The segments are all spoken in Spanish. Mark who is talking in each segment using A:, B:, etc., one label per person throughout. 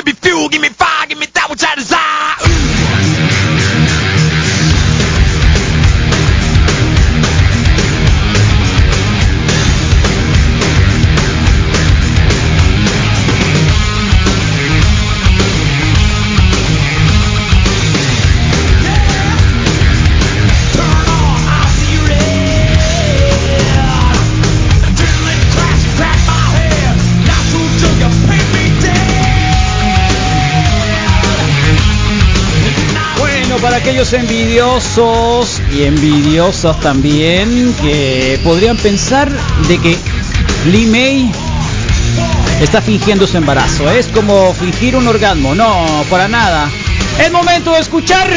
A: Ooh, give me fire, give me that which I desire. Ooh. Turn on, I see red. Adrenaline crash, crack my head. Not too till you paint me dead.
B: Bueno, para aquellos envidiosos y envidiosas también que podrían pensar de que Lee May está fingiendo su embarazo. Es como fingir un orgasmo. No, para nada. Es momento de escuchar.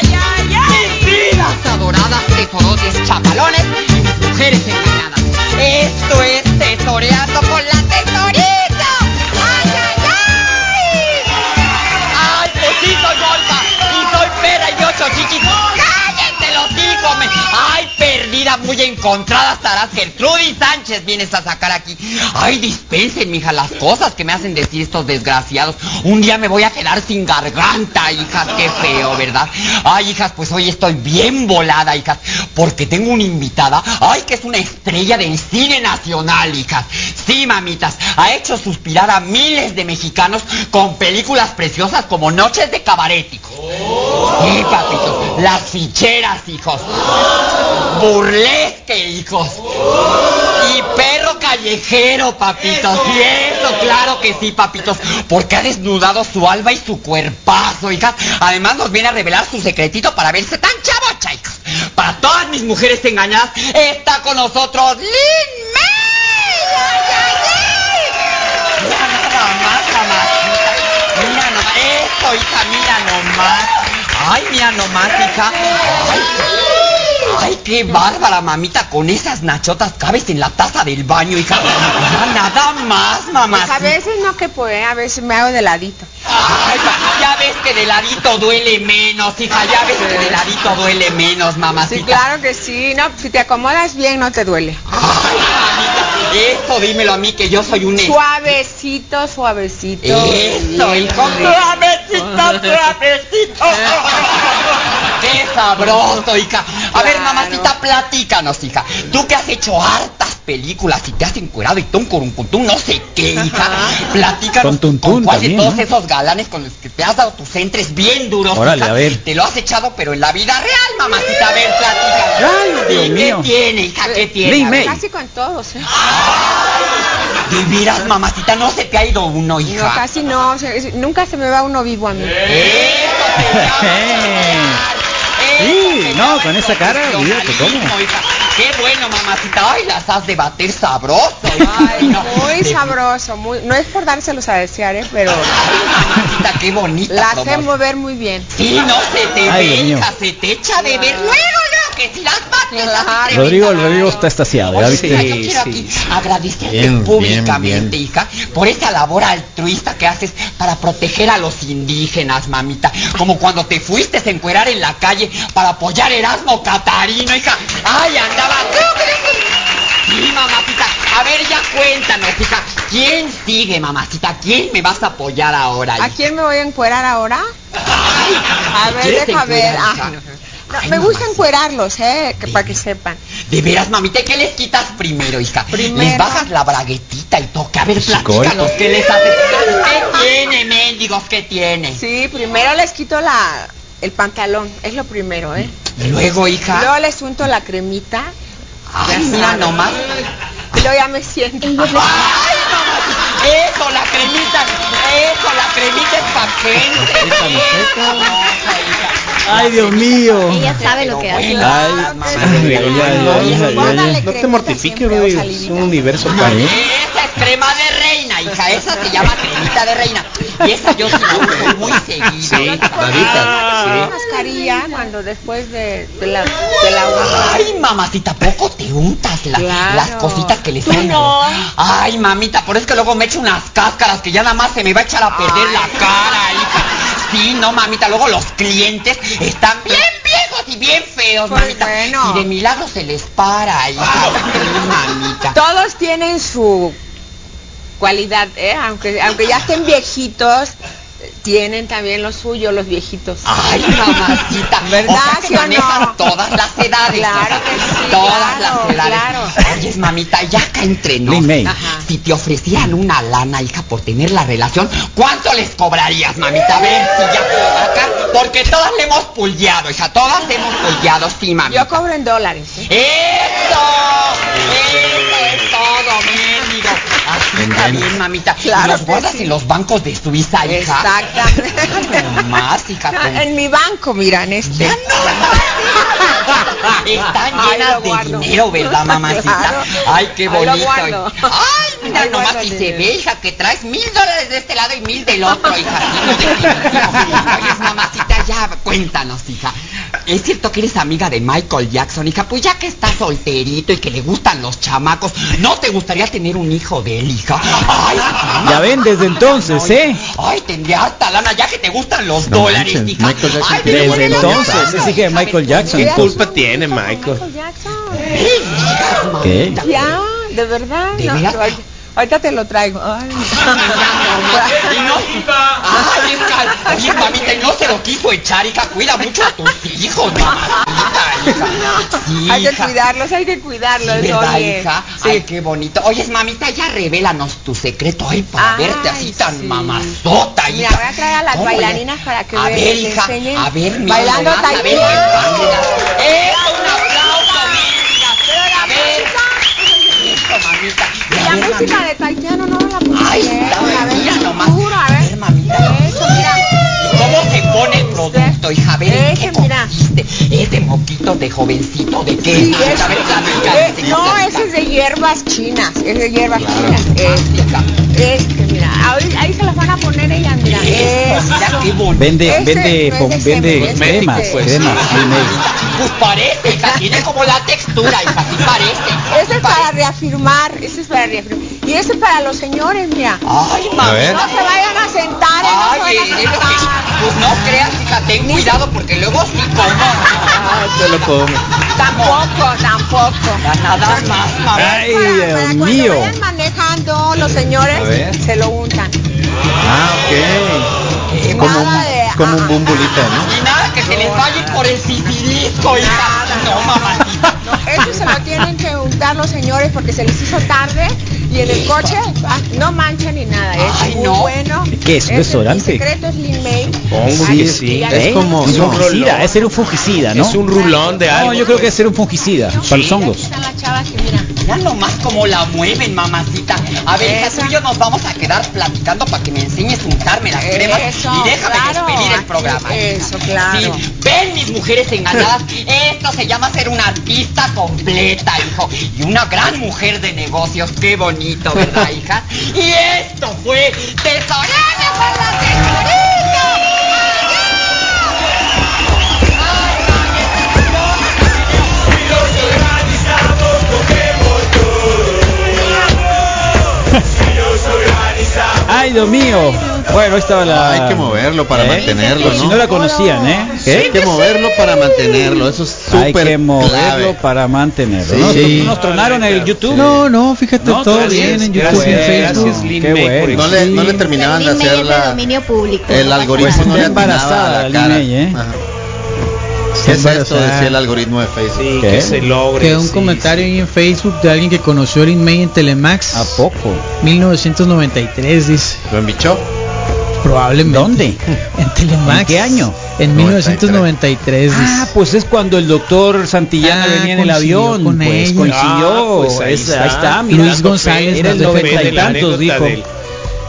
C: ¡Ay, ay, ay! Las adoradas teforotes chapalones y mis mujeres engañadas. Esto es tesoreando con la tesorita. ¡Ay, ay, ay! ¡Ay, putito golpa! Y soy pera y ocho chichis. ¡Cállate los hijos! me- ¡Ay, perdida, muy encontrada estarás Gertrudis Sánchez vienes a sacar aquí! ¡Ay, dispensen, mija, las cosas que me hacen decir estos desgraciados! Un día me voy a quedar sin garganta, hijas, qué feo, ¿verdad? Ay, hijas, pues hoy estoy bien volada, hijas, porque tengo una invitada, ay, que es una estrella del cine nacional, hijas. Sí, mamitas, ha hecho suspirar a miles de mexicanos con películas preciosas como Noches de Cabaret, hijos. Sí, papitos, las ficheras, hijos. Burlesque, hijos. Y perro callejero, papitos. Y eso, claro que sí, papitos. Porque ha desnudado su alba y su cuerpazo, hijas. Además nos viene a revelar su secretito para verse tan chavocha, hijas. Para todas mis mujeres engañadas, está con nosotros Lin May. ¡Ay, ay, ay! Mira nada más, mamacita. Mira nomás. Eso, hija, mira nomás. Ay, mira nomás, hija. Ay, Ay, qué bárbara, mamita. Con esas nachotas cabes en la taza del baño, hija. Ya nada más, mamá.
D: Pues a veces no que puede, a veces me hago de ladito.
C: Ay, pa- ya ves que de ladito duele menos, hija. Ya ves que de ladito duele menos, mamacita.
D: Sí, claro que sí, no, si te acomodas bien no te duele.
C: Ay, mamita, eso dímelo a mí, que yo soy un...
D: Suavecito, suavecito.
C: Eso,
D: Bien,
C: hijo.
D: bien.
C: Suavecito, suavecito. Qué sabroso, hija. A ver,
D: Claro.
C: mamacita, platícanos, hija. Tú que has hecho hartas películas y te has encuerado y ton coruncuntún, no sé qué, hija. Platícanos
B: Con tuntún
C: cuál de
B: también,
C: todos
B: ¿no?
C: esos galanes con los que te has dado tus entres bien duros,
B: Órale,
C: hija.
B: a ver.
C: Te lo has echado, pero en la vida real, mamacita. A ver, platícanos.
B: Ay, Dios
C: ¿Y
B: mío.
C: ¿Qué tiene, hija? ¿Qué tiene? A
B: Dime.
C: ver.
D: Casi con todos, ¿eh?
C: De veras, mamacita, no se te ha ido uno, hija.
D: No, casi no, o sea, es- nunca se me va uno vivo a mí.
C: Eh,
B: Sí, no, con esa cara, olvídate, ¿cómo?
C: eh, Qué bueno, mamacita. Ay, las has de bater sabroso.
D: Ay,
C: no.
D: muy
C: De-
D: sabroso, muy, no es por dárselos a desear, ¿eh? pero
C: Ah, Mamacita, qué bonita.
D: la
C: como-
D: hacen mover muy bien.
C: Sí, no se te
B: Ay, Dios
C: ve,
B: mío.
C: hija, se te echa de ver. Luego, luego, que si las bates, las
D: Claro.
C: atreves
B: Rodrigo,
C: a-
B: Rodrigo está estaciado, ¿ya
C: Oye,
B: viste?
C: mira, yo quiero aquí agradecerte
E: Bien, bien,
C: públicamente,
E: bien.
C: hija, por esa labor altruista que haces para proteger a los indígenas, mamita. Como cuando te fuiste a encuerar en la calle para apoyar a Erasmo Catarino, hija. Ay, andaba. Sí, mamacita. A ver, ya cuéntanos, hija. ¿Quién sigue, mamacita? ¿Quién me vas a apoyar ahora?
D: ¿A
C: hija?
D: quién me voy a encuerar ahora?
C: Ay,
D: A ver,
C: ¿quieres
D: deja ver.
C: encuerar, hija?
D: Ah, no. No,
C: Ay,
D: me gusta
C: mamacita.
D: encuerarlos, ¿eh? Que- para que sepan.
C: De veras, mamita, ¿y ¿qué les quitas primero, hija?
D: Primero.
C: Les bajas la braguetita y toca. A ver,
B: Chicote.
C: platícanos, ¿qué les haces? ¿Qué tiene, mendigos? ¿Qué tiene?
D: Sí, primero les quito la el pantalón, es lo primero, ¿eh?
C: Y luego, hija.
D: Luego les unto la cremita
C: Ay,
D: ya
C: mira
D: sabe.
C: nomás.
D: y luego ya me siento.
C: ¡Ay, mamacita! Eso, la cremita. Eso, la cremita es pa' gente.
B: Esta muchacha.
C: No, hija.
B: Ay, Dios mío.
F: Ella sabe lo que
C: Pero
F: hace.
C: bueno,
B: Ay,
C: mamá,
B: sí,
C: mamá,
B: ya,
C: mamá,
B: ya,
C: mamá.
B: ya, ya.
D: Póngale
E: No te
D: cremita
E: mortifiques,
D: siempre,
E: Rodrigo.
D: ojalivita.
E: Es un universo
C: Mamá,
E: para
C: Esa es crema de reina, hija. Esa se llama cremita de reina. Y esa yo sí la uso muy seguido.
E: Sí,
C: hija.
E: Clarita,
D: Una mascarilla cuando después de, de la, del agua.
C: Ay, mamacita, poco te untas la-
D: Claro.
C: las cositas que le
D: Tú
C: salen. a
D: no.
C: los- Ay, mamita, por eso es que luego me echo unas cáscaras que ya nada más se me va a echar a perder la cara, hija. Sí, no, mamita, luego los clientes están bien viejos y bien feos,
D: Pues
C: mamita.
D: bueno.
C: Y de milagro se les para, hija. Sí, mamita.
D: Todos tienen su cualidad, ¿eh? aunque, aunque ya estén viejitos, eh, tienen también lo suyo los viejitos.
C: Ay, mamacita.
D: ¿Verdad
C: O sea, que
D: que no?
C: manejan todas las edades.
D: Claro
C: o sea,
D: que sí,
C: Todas
D: claro,
C: las edades.
D: claro.
C: Oye, mamita, ya acá entre nos.
B: Lin May.
D: Ajá.
C: Si te ofrecieran una lana, hija, por tener la relación, ¿cuánto les cobrarías, mamita? A ver si ya acá. Porque todas le hemos pulleado, hija. Todas le hemos pulleado, sí, mamita.
D: Yo cobro en dólares. ¿eh?
C: ¡Eso! ¡Eso es todo, mendigo! Así
E: Bien,
C: está
E: bien.
C: bien, mamita.
D: Claro
C: y los
D: que
C: guardas
D: sí.
C: en los bancos de Suiza, hija.
D: Exactamente.
C: No más, hija.
D: No,
C: con-
D: en mi banco, mira, en este.
C: Ya no. Están
D: Ahí
C: llenas
D: lo
C: de
D: guardo.
C: dinero, ¿verdad, mamacita?
D: Claro.
C: Ay, qué
D: Ahí lo
C: bonito.
D: guardo.
C: Ay, mira
D: Ahí
C: nomás
D: guardo
C: si
D: el
C: se
D: dinero.
C: ve, hija, que traes mil dólares de este lado y mil del otro, hija. Oye, mamacita, ya cuéntanos, hija. Es cierto que eres amiga de Michael Jackson, hija. Pues ya que estás solterito y que le gustan los chamacos, ¿no te gustaría tener un hijo de él, hija? Ay,
B: Ya ven, desde entonces, ¿eh?
C: Ay, tendría hasta lana ya que te gustan los
E: No
C: dólares,
E: manches,
C: hija.
E: Michael Jackson
C: Ay,
E: tiene
C: pero
B: Desde
C: bueno,
B: entonces,
C: claro,
B: es hija de
C: hija,
B: Michael
C: me
B: Jackson.
E: ¿Qué
B: entonces.
E: culpa tiene Michael?
D: Jackson.
B: ¿Qué?
D: Ya, de verdad.
C: ¿De
D: no,
C: veras?
D: ahorita- ahorita te lo traigo. Ay.
C: Y no, ay, es cal- oye, mamita, y no se lo quiso echar, hija. Cuida mucho a tus hijos, mamacita, hija. Sí,
D: hay que
C: hija.
D: cuidarlos, hay que
C: Sí,
D: cuidarlos.
C: ¿verdad,
D: oye.
C: hija?
D: Sí.
C: Ay, qué bonito. Oye, mamita, ya revélanos tu secreto, ay, para
D: Ay,
C: verte así tan
D: sí.
C: mamazota,
D: Mira,
C: hija.
D: voy a traer a las
C: ¿Cómo le-
D: bailarinas para que
C: a
D: ve-
C: ver,
D: les
C: hija,
D: enseñen.
C: A ver, mira,
D: Bailando
C: nomás, a ver,
D: taipú.
C: Ándela. ¡Eso, un aplauso, mira! A ver, eso, mamita. Y
D: Y
C: a
D: la
C: ver,
D: música
C: mamita.
D: de Taitiano no la pusieron.
C: Ay, está,
D: a ver,
C: mira
D: te
C: nomás.
D: juro, a ver.
C: Ver, mamita.
D: Eso, mira.
C: ¿Cómo se pone el producto, hija? A ver, ¿en
D: Ese,
C: qué
D: mira.
C: consiste? ¿Es de moquito, de jovencito, de qué?
D: Sí,
C: Mamita,
D: es-
C: a ver,
D: eh, no, ese es de hierbas chinas. Es de hierbas chinas. Este, este, mira. Ahí, ahí se las van a poner ellas, mira. Este.
C: Mira, qué
D: Eso.
C: bonito.
B: Vende,
D: Ese
B: vende, Ah,
D: no es
B: pom-
E: pues,
D: de
B: vende
D: semen,
E: es de
B: cremas,
E: semen.
B: cremas, Lin May.
C: Pues parece, hija, tiene como la textura, hija, sí parece.
D: Ese Este es para reafirmar. Ese es para reafirmar. Y ese es para los señores, mira.
C: Ay,
E: A
C: mamita.
E: ver.
D: No se vayan a sentar, eh, no se
C: Ay,
D: vayan a
C: es lo que-
D: sentar.
C: pues no creas, hija, ten cuidado porque luego sí como.
E: Se Ah, lo come.
D: Tampoco, tampoco.
C: Ya Nada más, mamá.
B: Ay,
D: Para- para
B: Dios
D: cuando
B: mío.
D: vayan manejando los
E: A
D: señores,
E: ver.
D: se lo untan.
E: Ah, ok. Como un,
D: Nada de-
E: como
B: Ah.
E: un
D: ajá.
E: bumbulita, ¿no?
C: Y nada, que se les vaya por el sisirisco, hija. No, mamacita.
D: No, eso se lo tienen que untar los señores porque se les hizo tarde y en el coche ah, no mancha ni nada. Es
C: Ay,
D: muy
C: no.
D: bueno.
B: ¿Qué es, un
D: Ese-
B: desodorante? Oh,
D: Mi secreto es Lin May.
E: Pongo
B: Sí,
E: que
B: es-
E: sí.
D: ¿eh?
E: Es como
B: Un
E: es un
B: fungicida,
E: rolón.
B: es ser un fungicida, ¿no?
E: Es un rulón de algo.
B: No,
E: pues.
B: yo creo
G: pues.
B: que es ser un fungicida, para los
D: Aquí
B: hongos.
D: están las chavas que mira.
C: Ya nomás como la mueven, mamacita. A ver, hija,
D: Esa.
C: tú y yo nos vamos a quedar platicando para que me enseñes a untarme las cremas
D: Eso,
C: y déjame
D: claro,
C: despedir el
D: aquí,
C: programa. hija.
D: eso, claro.
C: Sí, ven mis mujeres engañadas. Esto se llama ser una artista completa, hijo. Y una gran mujer de negocios. Qué bonito, ¿verdad, hija? Y esto fue Tesorame por la Tesorita.
B: Ay, Dios mío. Bueno, ahí estaba la.
E: Hay que moverlo para
B: ¿Eh?
E: mantenerlo,
B: Si no
E: ¿no?
B: la conocían, ¿eh? ¿Qué?
E: Hay que moverlo para mantenerlo. Eso es
B: Hay
E: súper
B: que moverlo
E: clave.
B: para mantenerlo.
E: Sí.
B: Nos,
E: Sí.
B: nos tronaron el YouTube.
F: No, no, fíjate,
B: No,
F: todo
B: todo
F: bien
B: bien,
F: en YouTube, en
B: gracias,
F: Facebook.
B: gracias, Lin Qué May, bueno. por
E: No le, no le terminaban de hacer la, el algoritmo.
B: Pues
E: no le
B: está embarazada
E: atinaba a
B: la
E: la cara.
B: Lin May, ¿eh?
E: Ajá. ¿Qué es esto?
F: embarazada.
E: Decía el algoritmo de Facebook.
B: Sí,
F: ¿Qué?
B: que se
F: Que un comentario ahí en Facebook de alguien que conoció el May en Telemax.
B: ¿A poco?
F: 1993 dice,
E: ¿Lo embichó?
F: probablemente.
B: ¿Dónde?
F: En Telemax.
B: ¿En qué año?
F: En
E: 93.
F: 1993 dice.
B: Ah, pues es cuando el doctor Santillana
F: Ah,
B: venía en el
F: coincidió
B: avión.
F: con
B: pues
F: ellos.
B: coincidió.
G: Ah, pues ahí
B: es- ahí, está.
G: está.
B: mira.
F: Luis González
B: Era el
F: dando fe
B: noventa
F: de
B: y
G: la
B: tantos,
G: anécdota
B: dijo.
G: del-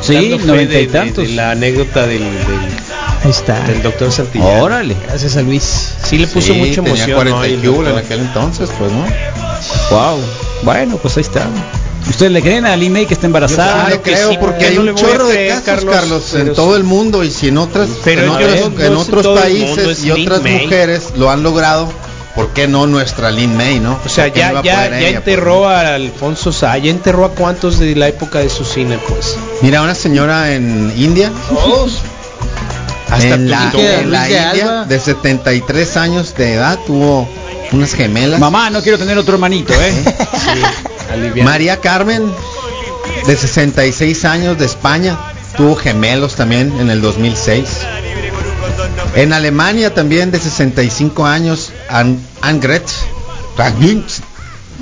B: sí,
G: Dando fe
B: noventa
G: de-
B: y
G: de-
B: tantos.
G: de la anécdota del, del,
F: Ahí está.
G: del doctor Santillán.
B: Órale.
F: Gracias a Luis.
G: Sí le puso
E: Sí,
G: mucha
E: tenía
G: emoción. ¿no?
E: 40
G: El
E: y cubo en
G: doctor.
E: aquel entonces, pues, ¿no?
B: Wow. Bueno, pues ahí está. ¿Ustedes le creen a Lin May que está embarazada?
G: Yo
H: Claro que
G: creo
H: sí,
G: porque
H: porque
G: yo
H: hay
G: no le
H: un
G: voy a
H: chorro de
G: creer,
H: casos,
G: Carlos,
H: Carlos,
G: pero
H: en
G: sí.
H: todo el mundo y si en otras, Pero
G: yo
H: en otros,
G: no- no
H: en
G: es
H: otros
G: todo el mundo,
H: países
G: es
H: y otras
G: Lin May.
H: mujeres lo han logrado, ¿por qué no nuestra Lin May, no?
G: O sea,
H: ¿Por qué no
G: ya,
H: va a
G: ya,
H: poder
G: ya
H: ella, pues,
G: enterró a Alfonso Sá, ya enterró a cuantos de la época de su cine, pues.
H: pues? Mira, una señora en India,
G: Hasta
H: en la,
G: Pluto.
H: en la
F: Luis de
H: India,
F: Alba.
H: de 73 años de edad, tuvo unas gemelas.
B: Mamá, no quiero tener otro hermanito, ¿eh?
G: Aliviar.
H: María Carmen, de 66 años de España, tuvo gemelos también en el 2006. En Alemania también de 65 años, An- Angret, Ragnitz,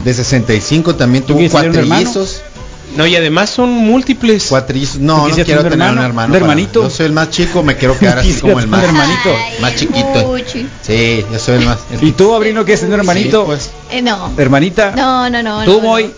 H: de 65 también tuvo
B: quieres tener un hermano?
H: cuatrillizos.
G: No, y además son múltiples.
H: Cuatrillizos, no,
B: ¿Tú
H: no
B: quisieras
H: quiero
B: un
H: tener
B: hermano?
H: un hermano.
B: ¿Un
H: para-
B: hermanito?
H: Yo soy el más chico, me quiero quedar así como el
B: ¿Quisieras
H: más,
B: un hermanito?
H: más chiquito.
E: Puchi.
H: Sí, yo soy el más. el
B: ¿Y tú, Abril, no quieres tener hermanito?
H: Sí, pues.
E: Eh, no.
B: ¿Hermanita?
E: No, no, no.
B: ¿Tú,
E: no,
B: Moy?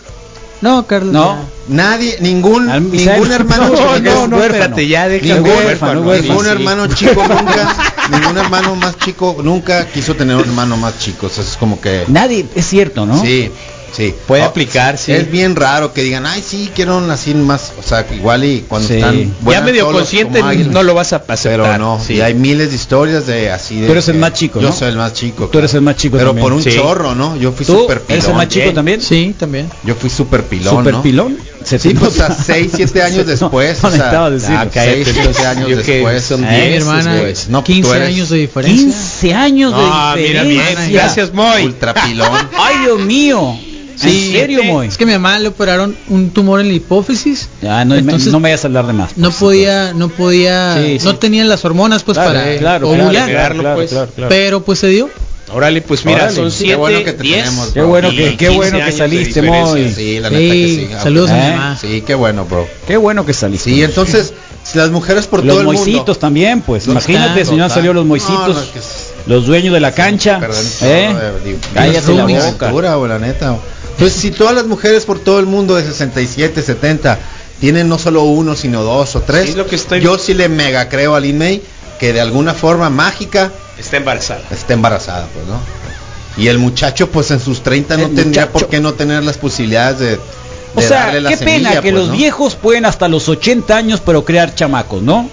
F: No, Carlos.
B: No.
H: Nadie, ningún,
B: Al-
H: ningún
B: Isabel.
H: hermano
B: No,
H: chico.
B: no,
H: es
B: no,
H: huérfano.
B: espérate, ya deja
H: ningún,
B: de huérfano, huérfano.
H: ningún
B: Sí.
H: hermano chico nunca, ningún hermano más chico nunca quiso tener un hermano más chico. O sea, es como que,
B: Nadie, es cierto, ¿no?
H: sí, sí.
G: Puede
H: Oh,
G: aplicar, sí.
H: Es bien raro que digan, ay, sí, quiero un así más, o sea, igual y cuando
B: Sí.
H: están
G: ya
H: vuelan
G: medio
H: solos
G: consciente
H: como águilas.
G: no lo vas a aceptar.
H: pero no,
G: sí.
H: y hay miles de historias de así de
B: Tú eres el
H: que-
B: más chico,
H: Yo
B: ¿no?
H: soy el más chico.
B: Tú eres
H: claro.
B: el más chico
H: Pero
B: también.
H: por un
G: Sí.
H: chorro, ¿no? Yo fui
B: ¿Tú
H: super
B: eres el
H: pilón.
B: más chico
G: bien.
B: también?
F: Sí, también.
H: Yo fui super pilón, ¿no?
B: ¿Super pilón? Se
H: Sí,
B: te
H: pues
B: nota.
H: a 6, 7
B: Se
H: años
B: te
H: después.
B: nota,
H: o sea,
B: necesitaba decirlo.
H: ah, cállate, 6, 7 años
G: Yo que
H: después.
G: son
H: eh,
F: Eh, mi
G: diez,
F: hermana,
H: pues, no, pues, tú
F: 15
H: eres-
F: años de diferencia.
B: 15 años
G: Ah,
B: de
G: mira
B: diferencia.
G: bien. Gracias, Moy.
H: Ultra pilón.
B: Ay, Dios mío. ¿En serio, Moy?
F: Es que mi mamá le operaron un tumor en la hipófisis.
B: Ya, no, me-
F: Entonces-
B: no me vayas a hablar de más.
F: No podía, no podía,
B: Sí, sí.
F: no tenía las hormonas pues
B: Claro, eh,
F: para
B: claro,
F: ovular,
B: claro,
G: Darlo, pues.
F: pero pues se dio.
G: Órale, pues mira,
B: Órale.
G: son
B: Qué
G: siete,
H: bueno que te
G: diez.
H: tenemos,
B: Qué bueno que,
G: Y
B: qué
G: 15
B: bueno que
G: años de
B: saliste,
G: diferencia,
B: Moy.
H: Sí, la neta que
F: Sí,
H: sí. Ah,
F: saludos a
B: ¿Eh?
F: mi mamá.
H: Sí, qué bueno, bro.
B: Qué bueno que saliste.
H: Sí, entonces, si las mujeres por todo
B: los
H: el mundo.
B: moisitos también, pues.
H: Total,
B: Imagínate, si no han
H: total.
B: salido los moisitos,
H: Ah, No, no, es que es-
B: los dueños de la cancha.
H: Perdón,
B: ¿eh?
H: no, digo,
B: Cállate
H: es
B: la
H: una
B: boca.
H: aventura, güey, la neta. Entonces, si todas las mujeres por todo el mundo de 67, 70 tienen no solo uno, sino dos o tres,
G: Es lo que estoy-
H: yo sí le mega creo al INMEI que de alguna forma mágica
G: Está embarazada.
H: está embarazada, pues, ¿no? Y el muchacho, pues en sus 30 no
B: El
H: tendría
B: muchacho.
H: por qué no tener las posibilidades de,
B: O
H: de
B: sea,
H: darle la
B: qué pena
H: semilla,
B: que
H: pues,
B: los
H: ¿no?
B: viejos pueden hasta los 80 años pero crear chamacos, ¿no?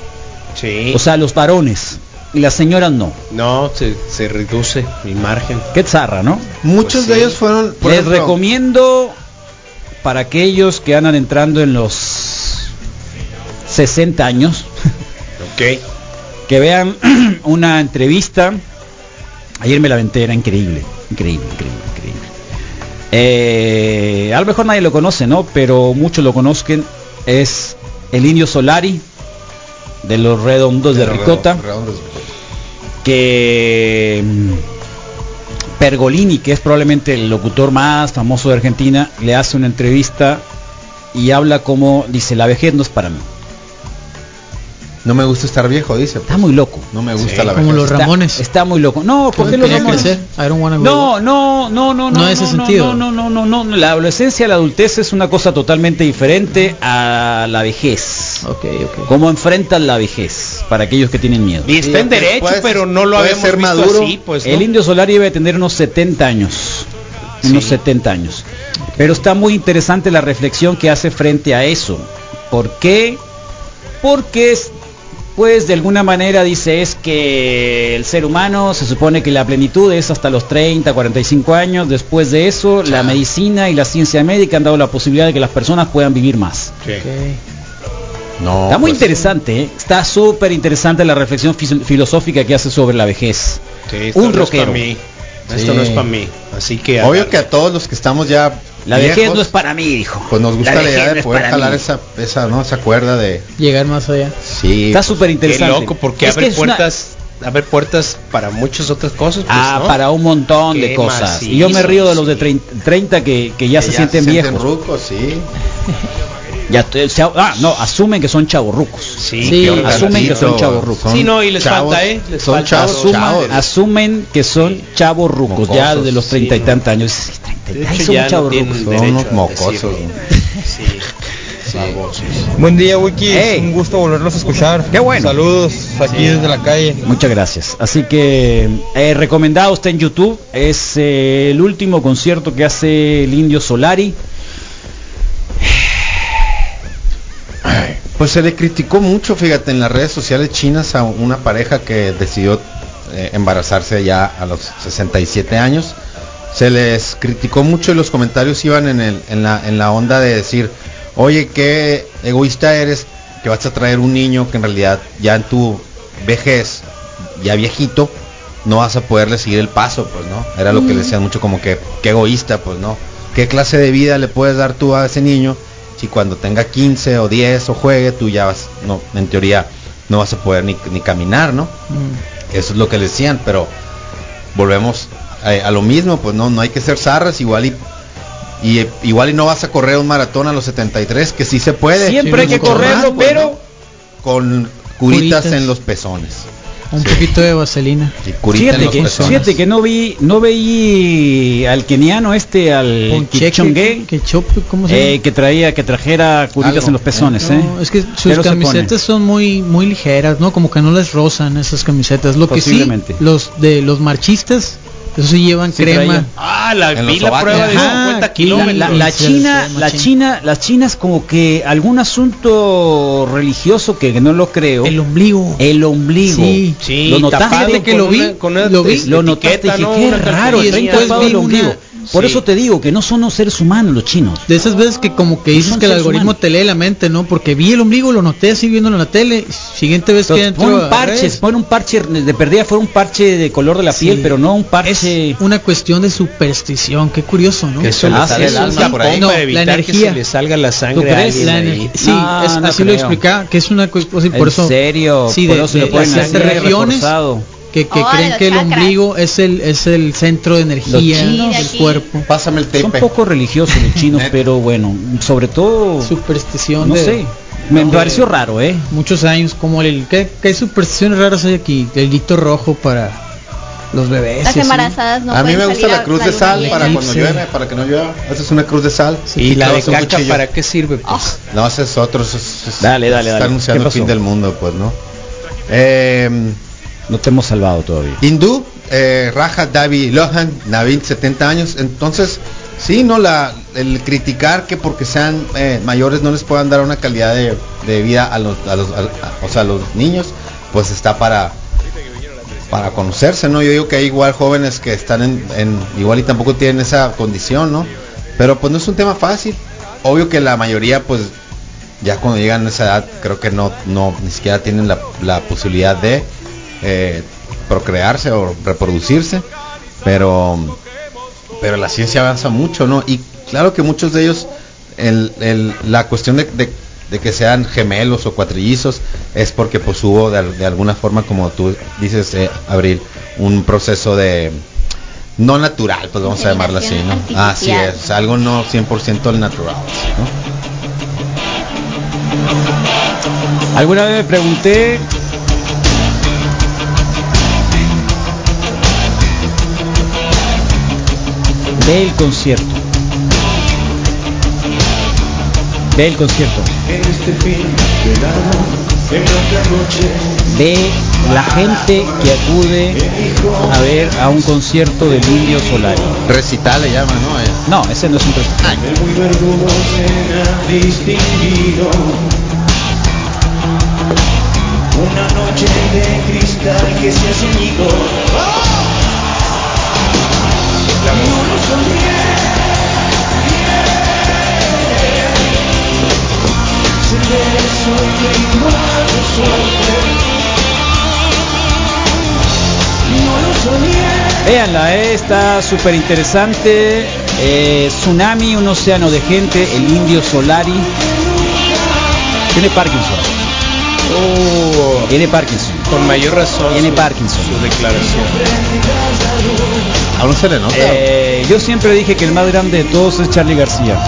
G: Sí.
B: O sea, los varones. Y las señoras no.
G: no, se, se reduce mi margen.
B: Qué zarra, ¿no?
H: Muchos
G: Pues,
H: de
G: sí.
H: ellos fueron. por
B: Les
H: ejemplo,
B: recomiendo para aquellos que andan entrando en los 60 años,
G: Ok.
B: que vean una entrevista. Ayer me la aventé, era increíble, increíble, increíble, increíble. Eh, a lo mejor nadie lo conoce, ¿no? Pero muchos lo conozcan. Es el Indio Solari de los Redondos de
H: Redondo-
B: Ricota,
H: Redondo de Ricota.
B: que mm, Pergolini, que es probablemente el locutor más famoso de Argentina, le hace una entrevista y habla como dice, la vejez no es para mí.
H: No me gusta estar viejo, dice. pues.
B: Está muy loco.
H: No me gusta
G: Sí,
H: la
F: como
H: vejez.
F: los
B: Está-
F: Ramones.
B: Está muy loco. No, ¿por qué los
F: Tenía que
B: Ramones?
F: ser, I don't wanna go
B: No, no, no, no, no.
F: No, ese sentido.
B: No, no, no, no, no. La adolescencia, la adultez es una cosa totalmente diferente a la vejez.
F: back. Ok, ok.
B: ¿Cómo enfrentan la vejez? Para aquellos que tienen miedo.
G: Y está en
H: pues,
G: derecho,
H: puedes-
G: pero no lo
H: puedes
G: habíamos
H: ser
G: visto
H: maduro.
G: así, pues. ¿no?
B: El Indio Solar iba a tener unos 70 años. Unos
G: Sí.
B: 70 años. Pero está muy interesante la reflexión que hace frente a eso. ¿Por qué? Porque es- pues de alguna manera dice es que el ser humano se supone que la plenitud es hasta los 30, 45 años. Después de eso, la medicina y la ciencia médica han dado la posibilidad de que las personas puedan vivir más.
G: Sí.
H: No,
B: Está muy
H: pues,
B: interesante, ¿eh? está súper interesante la reflexión fis- filosófica que hace sobre la vejez.
G: Sí, esto
B: Un
G: no es
B: rockero.
G: para mí. Esto
H: Sí.
G: no es para mí. Así que.
H: Obvio que a todos los que estamos ya
B: La
H: viejos,
B: vejez no es para mí, dijo.
H: pues nos gusta la,
B: vejez
H: idea
B: no
H: de
B: es
H: poder
B: para
H: jalar
B: mí.
H: esa, esa, ¿no? esa cuerda de
F: Llegar más allá.
H: sí.
B: Está súper
G: Qué
B: interesante.
G: loco, porque
B: Es que
G: abre
B: es una-
G: puertas. Abre puertas para muchas otras cosas. pues,
B: Ah,
G: ¿no?
B: para un montón de
G: Qué
B: cosas.
G: macizo,
B: y yo me río de los de
G: sí.
B: 30, 30 que, que ya
H: que
B: se sienten viejos.
H: rucos, sí.
B: ya, estoy- se- ah, no, asumen que son chavorrucos.
G: Sí,
F: Sí,
G: qué horror.
B: asumen que son chavos rucos.
H: rucos
G: Sí, no, y les falta, ¿eh? Les
H: son
G: falta.
H: chavos,
B: Asuman-
H: chavos.
B: asumen que son chavorrucos, ya
H: Mocosos,
B: de los
H: sí,
B: 30 y
G: no.
B: tantos años. Sí, 30 y
G: De
B: tantos,
G: hecho,
B: son
G: ya no
B: chavorrucos.
G: tienen
H: Son
G: derecho
H: unos
G: a
H: mocosos.
G: decirlo. Sí. Babosos.
I: Buen día, Wiki.
B: Hey.
I: Un gusto volverlos a escuchar.
B: Qué bueno.
I: Saludos aquí desde la calle.
B: Muchas gracias. Así que eh, recomendado está en YouTube. Es eh, el último concierto que hace el Indio Solari.
H: Pues se le criticó mucho, fíjate, en las redes sociales chinas a una pareja que decidió eh, embarazarse ya a los 67 años. Se les criticó mucho y los comentarios iban en, el- en la, en la onda de decir, oye, qué egoísta eres que vas a traer un niño que en realidad ya en tu vejez, ya viejito, no vas a poderle seguir el paso, pues no. Era lo que le decían mucho como que, qué egoísta, pues no. ¿Qué clase de vida le puedes dar tú a ese niño si cuando tenga 15 o 10 o juegue tú ya vas, no, en teoría no vas a poder ni, ni caminar, ¿no? Eso es lo que le decían, pero volvemos a, a lo mismo, pues no, no hay que ser zarras, igual y, y eh, igual y no vas a correr un maratón a los 73, que sí se puede.
B: Siempre hay que
H: Con
B: correrlo,
H: más, pues,
B: pero-
H: ¿no? con curitas,
F: Curitas.
H: en los pezones.
F: Un poquito de vaselina.
H: Sí, curita en
B: Fíjate
H: los
B: que,
H: pezones.
B: fíjate que no vi, no veí al keniano este, al
F: Con
B: Kipchoge,
F: cheque, que chope, ¿cómo se
B: eh, que traía, que trajera curitas
H: Algo.
B: en los pezones,
F: llama?
B: eh.
F: No, es que sus
B: Pero se
F: camisetas son muy muy ligeras, ¿no? Como que no les rozan esas camisetas. Lo que sí,
B: Posiblemente.
F: los de los marchistas, eso sí llevan
B: Sí,
F: crema.
B: traía.
G: Ah, la,
H: En
G: vi
H: los
G: la
H: sobacos.
G: prueba de
F: Ajá,
G: 50
B: La,
F: aquí
G: kilómetros.
B: la- la
F: Kilómetros.
B: China,
F: Sí,
B: la
F: machín.
B: China, las chinas como que algún asunto religioso que no lo creo.
F: El ombligo.
B: El ombligo.
F: Sí.
G: Sí,
B: lo notaste.
G: tapado
F: Fíjate que
G: con
F: lo vi,
G: una- con una
F: lo vi,
G: etiqueta,
B: lo notaste y dije,
G: ¿no?
B: qué
G: Una
B: raro,
F: y
B: está
G: calcomanía.
F: después
B: tapado
F: vi
B: el ombligo.
F: una-
B: Por
G: Sí.
B: eso te digo que no son los seres humanos los chinos.
F: De esas veces que como que dices
B: son
F: que el
B: seres
F: algoritmo
B: humanos.
F: te lee la mente, ¿no? Porque vi el ombligo, lo noté así viéndolo en la tele. Siguiente vez que
B: Entonces,
F: entro
B: pon
F: a
B: un parche,
F: redes,
B: pon un parche, de perdida fuera un parche de color de la
F: Sí.
B: piel, pero no un parche.
F: es una cuestión de superstición. Qué curioso, ¿no?
H: Que se le
B: Ah, sí,
H: sale el
B: sí,
H: alma
B: sí.
H: por ahí.
F: No,
G: Para evitar
F: la
G: que
F: energía.
G: se le salga la
F: ¿Tú
G: sangre a
F: crees?
G: alguien
F: La
G: ahí.
F: energía. Sí,
B: No,
F: es-
B: no
F: así lo
B: creo.
F: explicaba, que es una cu- o sea,
B: ¿En
F: por eso.
B: serio?
F: sí,
B: por
F: de-
B: eso se
F: de-
B: lo ponen
F: de
B: así
F: ciertas regiones
B: reforzado.
F: que, que
E: Oh,
F: creen
E: los
F: que el
E: chakras.
F: ombligo es el es el centro de energía
B: Los chinos.
F: del cuerpo.
H: Pásame el
B: Son
H: tape.
B: poco religiosos los chinos,
H: Neta.
B: pero bueno, sobre todo,
F: Superstición
B: no
F: de
B: sé, me
F: no,
B: pareció
F: de-
B: raro, ¿eh?
F: muchos años como el qué, qué supersticiones raras hay aquí, el hito rojo para los bebés.
E: Las
F: y así.
E: embarazadas no
H: a mí
E: pueden
H: me gusta
E: salir
H: la
E: a
H: cruz de
E: luna
H: sal
E: llena.
H: para
F: Sí,
H: cuando
F: sí.
H: llueve, para que no llueva. Haces una cruz de sal.
G: Y la de
H: clavas un
G: caca,
H: cuchillo.
G: ¿para qué sirve? pues?
H: No, ese es otro. ese es- es-
B: Dale, dale,
H: está
B: dale.
H: anunciando
B: ¿Qué
H: el fin
B: pasó?
H: del mundo, pues, ¿no? Eh,
B: No te hemos salvado todavía.
H: hindú, eh, Raja Davi Lohan, Navid, 70 años. Entonces, sí, no la el criticar que porque sean eh, mayores no les puedan dar una calidad de, de vida a los, a los, a- a- o sea, a los niños, pues está para para conocerse, ¿no? Yo digo que hay igual jóvenes que están en, en- igual y tampoco tienen esa condición, ¿no? Pero pues no es un tema fácil. Obvio que la mayoría, pues, ya cuando llegan a esa edad, creo que no, no, ni siquiera tienen la, la posibilidad de eh, procrearse o reproducirse. Pero, pero la ciencia avanza mucho, ¿no? Y claro que muchos de ellos, el, el- la cuestión de, de- de que sean gemelos o cuatrillizos es porque pues hubo de, al- de alguna forma, como tú dices, eh, Abril, un proceso de no natural, pues vamos a llamarlo así, ¿no?
E: Inseminación
H: Así
E: artificial.
H: es, algo no 100% natural, ¿no?
B: Alguna vez me pregunté del concierto. Ve el concierto. Ve la gente que acude a ver a un concierto del Indio Solari.
H: Recital le llaman, ¿no? Eh,
B: No, ese no es un recital. Véanla, eh, está súper interesante. Eh, tsunami, un océano de gente, el indio Solari. Tiene Parkinson.
G: Oh,
B: Tiene Parkinson.
G: con mayor razón.
B: Tiene
G: su-
B: Parkinson.
G: Su declaración.
H: Aún se le nota.
B: Eh, yo siempre dije que el más grande de todos es Charlie García.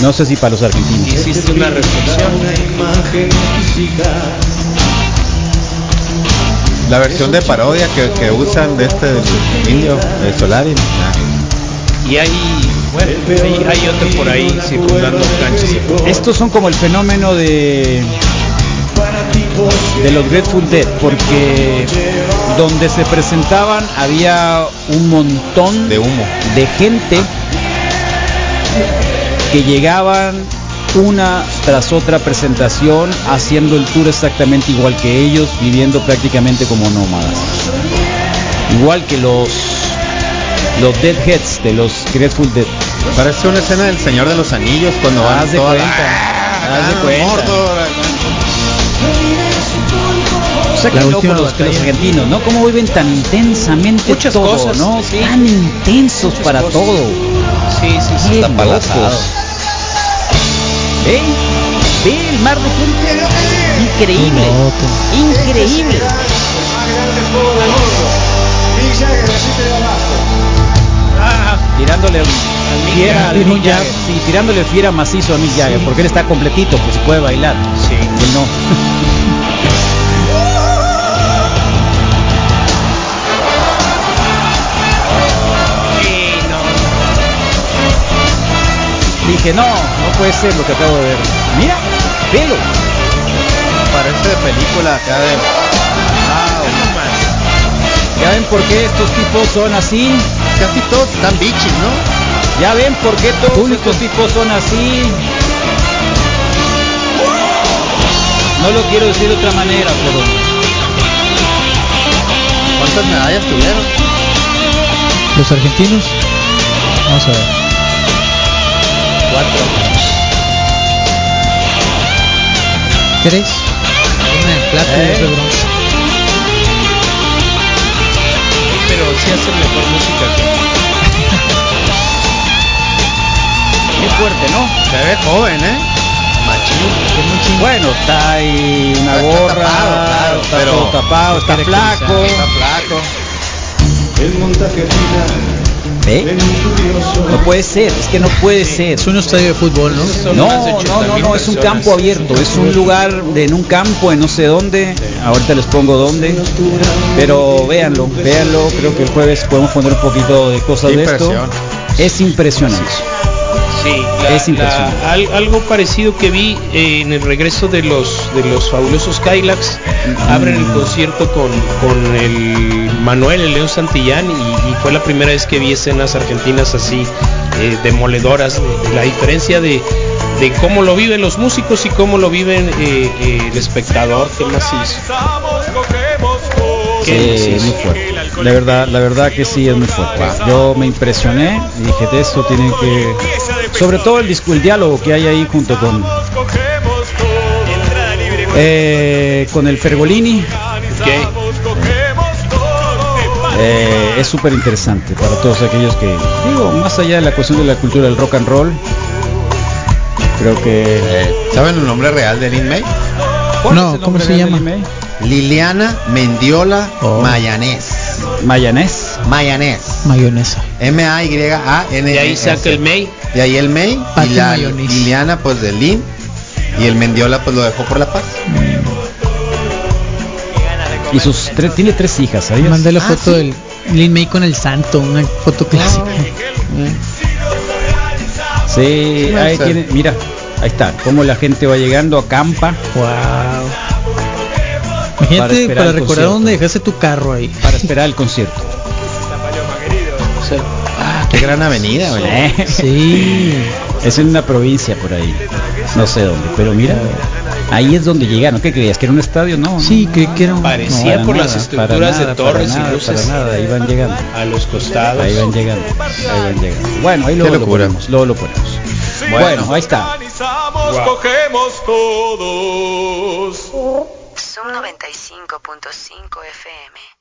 B: No sé si para los argentinos.
G: Hiciste una reflexión.
H: La versión de parodia que, que usan de este del indio, de Solari. ah,
G: Y hay, bueno, hay, hay otro por ahí circundando canchas.
B: Estos son como el fenómeno de de los Grateful Dead, porque donde se presentaban había un montón
H: De humo.
B: de gente que llegaban una tras otra presentación, haciendo el tour exactamente igual que ellos, viviendo prácticamente como nómadas. Igual que los los Deadheads de los Grateful Dead.
H: Parece una escena del Señor de los Anillos cuando van
B: Haz de
H: toda la-
B: cuenta,
H: Ah,
B: haz de cuenta.
H: Mordor.
B: O sea, qué
F: La
B: loco
F: última
B: los, que los
F: batalla.
B: argentinos, ¿no? Cómo viven tan intensamente
G: Muchas
B: todo,
G: cosas,
B: ¿no?
G: sí.
B: Tan intensos
G: Muchas
B: para
G: cosas.
B: todo.
G: Sí, sí, sí.
B: Qué
G: está
B: locos.
G: palazado.
B: ¿Eh? Ve el mar de gente. Increíble. Increíble. Tirándole al- fiera al
F: Jagger.
B: Mick Jagger. Sí, tirándole fiera macizo a Mick Jagger, porque él está completito, pues puede bailar. Sí. Él no. Dije, no, no puede ser lo que acabo de ver. Mira, velo.
H: Parece de película acá de.
B: Ya ven por qué estos tipos son así.
H: Casi todos están bichis, ¿no?
B: Ya ven por qué todos estos tipos son así. No lo quiero decir de otra manera, pero
H: ¿Cuántas medallas tuvieron?
F: Los argentinos. Vamos a ver. Cuatro. Tres. Una de plata y
B: Eh.
F: otra de bronce.
G: Pero sí hacen mejor música que.
B: es fuerte, ¿no?
H: Se ve joven, ¿eh? Machín.
B: Bueno, está ahí una
H: Está
B: gorra,
H: tapado, claro,
B: está
H: pero-
B: todo tapado, está flaco.
H: Está flaco.
B: ¿Eh? No puede ser, es que no puede ser.
F: Es un estadio de fútbol, ¿no?
G: Son
B: No,
G: más de
B: no,
G: 80,000
B: no, no, es un
G: personas.
B: campo abierto, es un lugar de- en un campo en no sé dónde, ahorita les pongo dónde, pero véanlo, véanlo, creo que el jueves podemos poner un poquito de cosas de esto.
H: Impresión.
B: Es impresionante.
G: Sí, la-
B: Es impresionante.
G: la- al- algo parecido que vi eh, en el regreso de los de los fabulosos Kylax. Abren el concierto con, con el Manuel, el León Santillán, y, y fue la primera vez que vi escenas argentinas así eh, demoledoras. de- de la diferencia de, de cómo lo viven los músicos y cómo lo viven eh, eh, el espectador. Qué macizo. Qué
B: Sí,
G: macizo.
B: muy fuerte. La verdad, la verdad que sí es muy fuerte. Yo me impresioné y dije, de esto tienen que sobre todo el discu- el diálogo que hay ahí junto con eh, con el Fergolini
G: Qué-
B: Eh, es súper interesante para todos aquellos que, digo, más allá de la cuestión de la cultura del rock and roll, creo que...
H: Eh, ¿Saben el nombre real de Lin May?
B: ¿Cuál
F: No,
B: es el
F: ¿cómo
B: nombre
F: se
B: real
F: llama?
B: del email?
H: Liliana Mendiola
F: Oh.
H: Mayanés.
B: Mayonés.
H: Mayanés.
F: Mayonesa.
H: M-A-Y-A-N.
G: De ahí saca el May.
H: E De ahí el May. Y
F: Pati
H: la
F: Mayonis.
H: Liliana, pues de Lin. Y el Mendiola, pues lo dejó por la paz.
B: Y sus tres, tiene tres hijas, ¿sabías?
F: Mandé la
H: Ah,
F: foto
H: sí.
F: del Lin May con el santo, una foto clásica.
B: Sí,
H: Puede
B: ahí
H: ser.
B: tiene, mira, ahí está, cómo la gente va llegando a campa
F: Wow.
B: Para
F: Imagínate
B: esperar
F: para,
B: el
F: recordar
B: concierto.
F: dónde dejaste tu carro ahí.
B: para esperar el concierto.
H: Qué gran avenida, güey.
B: pues. Eh,
F: Sí.
B: Es en una provincia por ahí, no sé dónde, pero mira, ahí es donde llegaron. ¿Qué creías? ¿Que era un estadio? No.
F: Sí,
B: no,
F: que, que era un...
B: no,
G: Parecía
B: para
G: por
B: nada,
G: las
B: para
G: estructuras
B: nada,
G: de
B: para
G: torres
B: nada,
G: y luces.
B: Para nada, ahí van llegando.
G: a los costados.
B: Ahí van llegando, ahí van llegando. Bueno, ahí
H: Qué
B: luego lo
H: locura.
B: ponemos, luego lo ponemos. Bueno, ahí está.
A: Cogemos todos.
J: Sub 95.5 FM.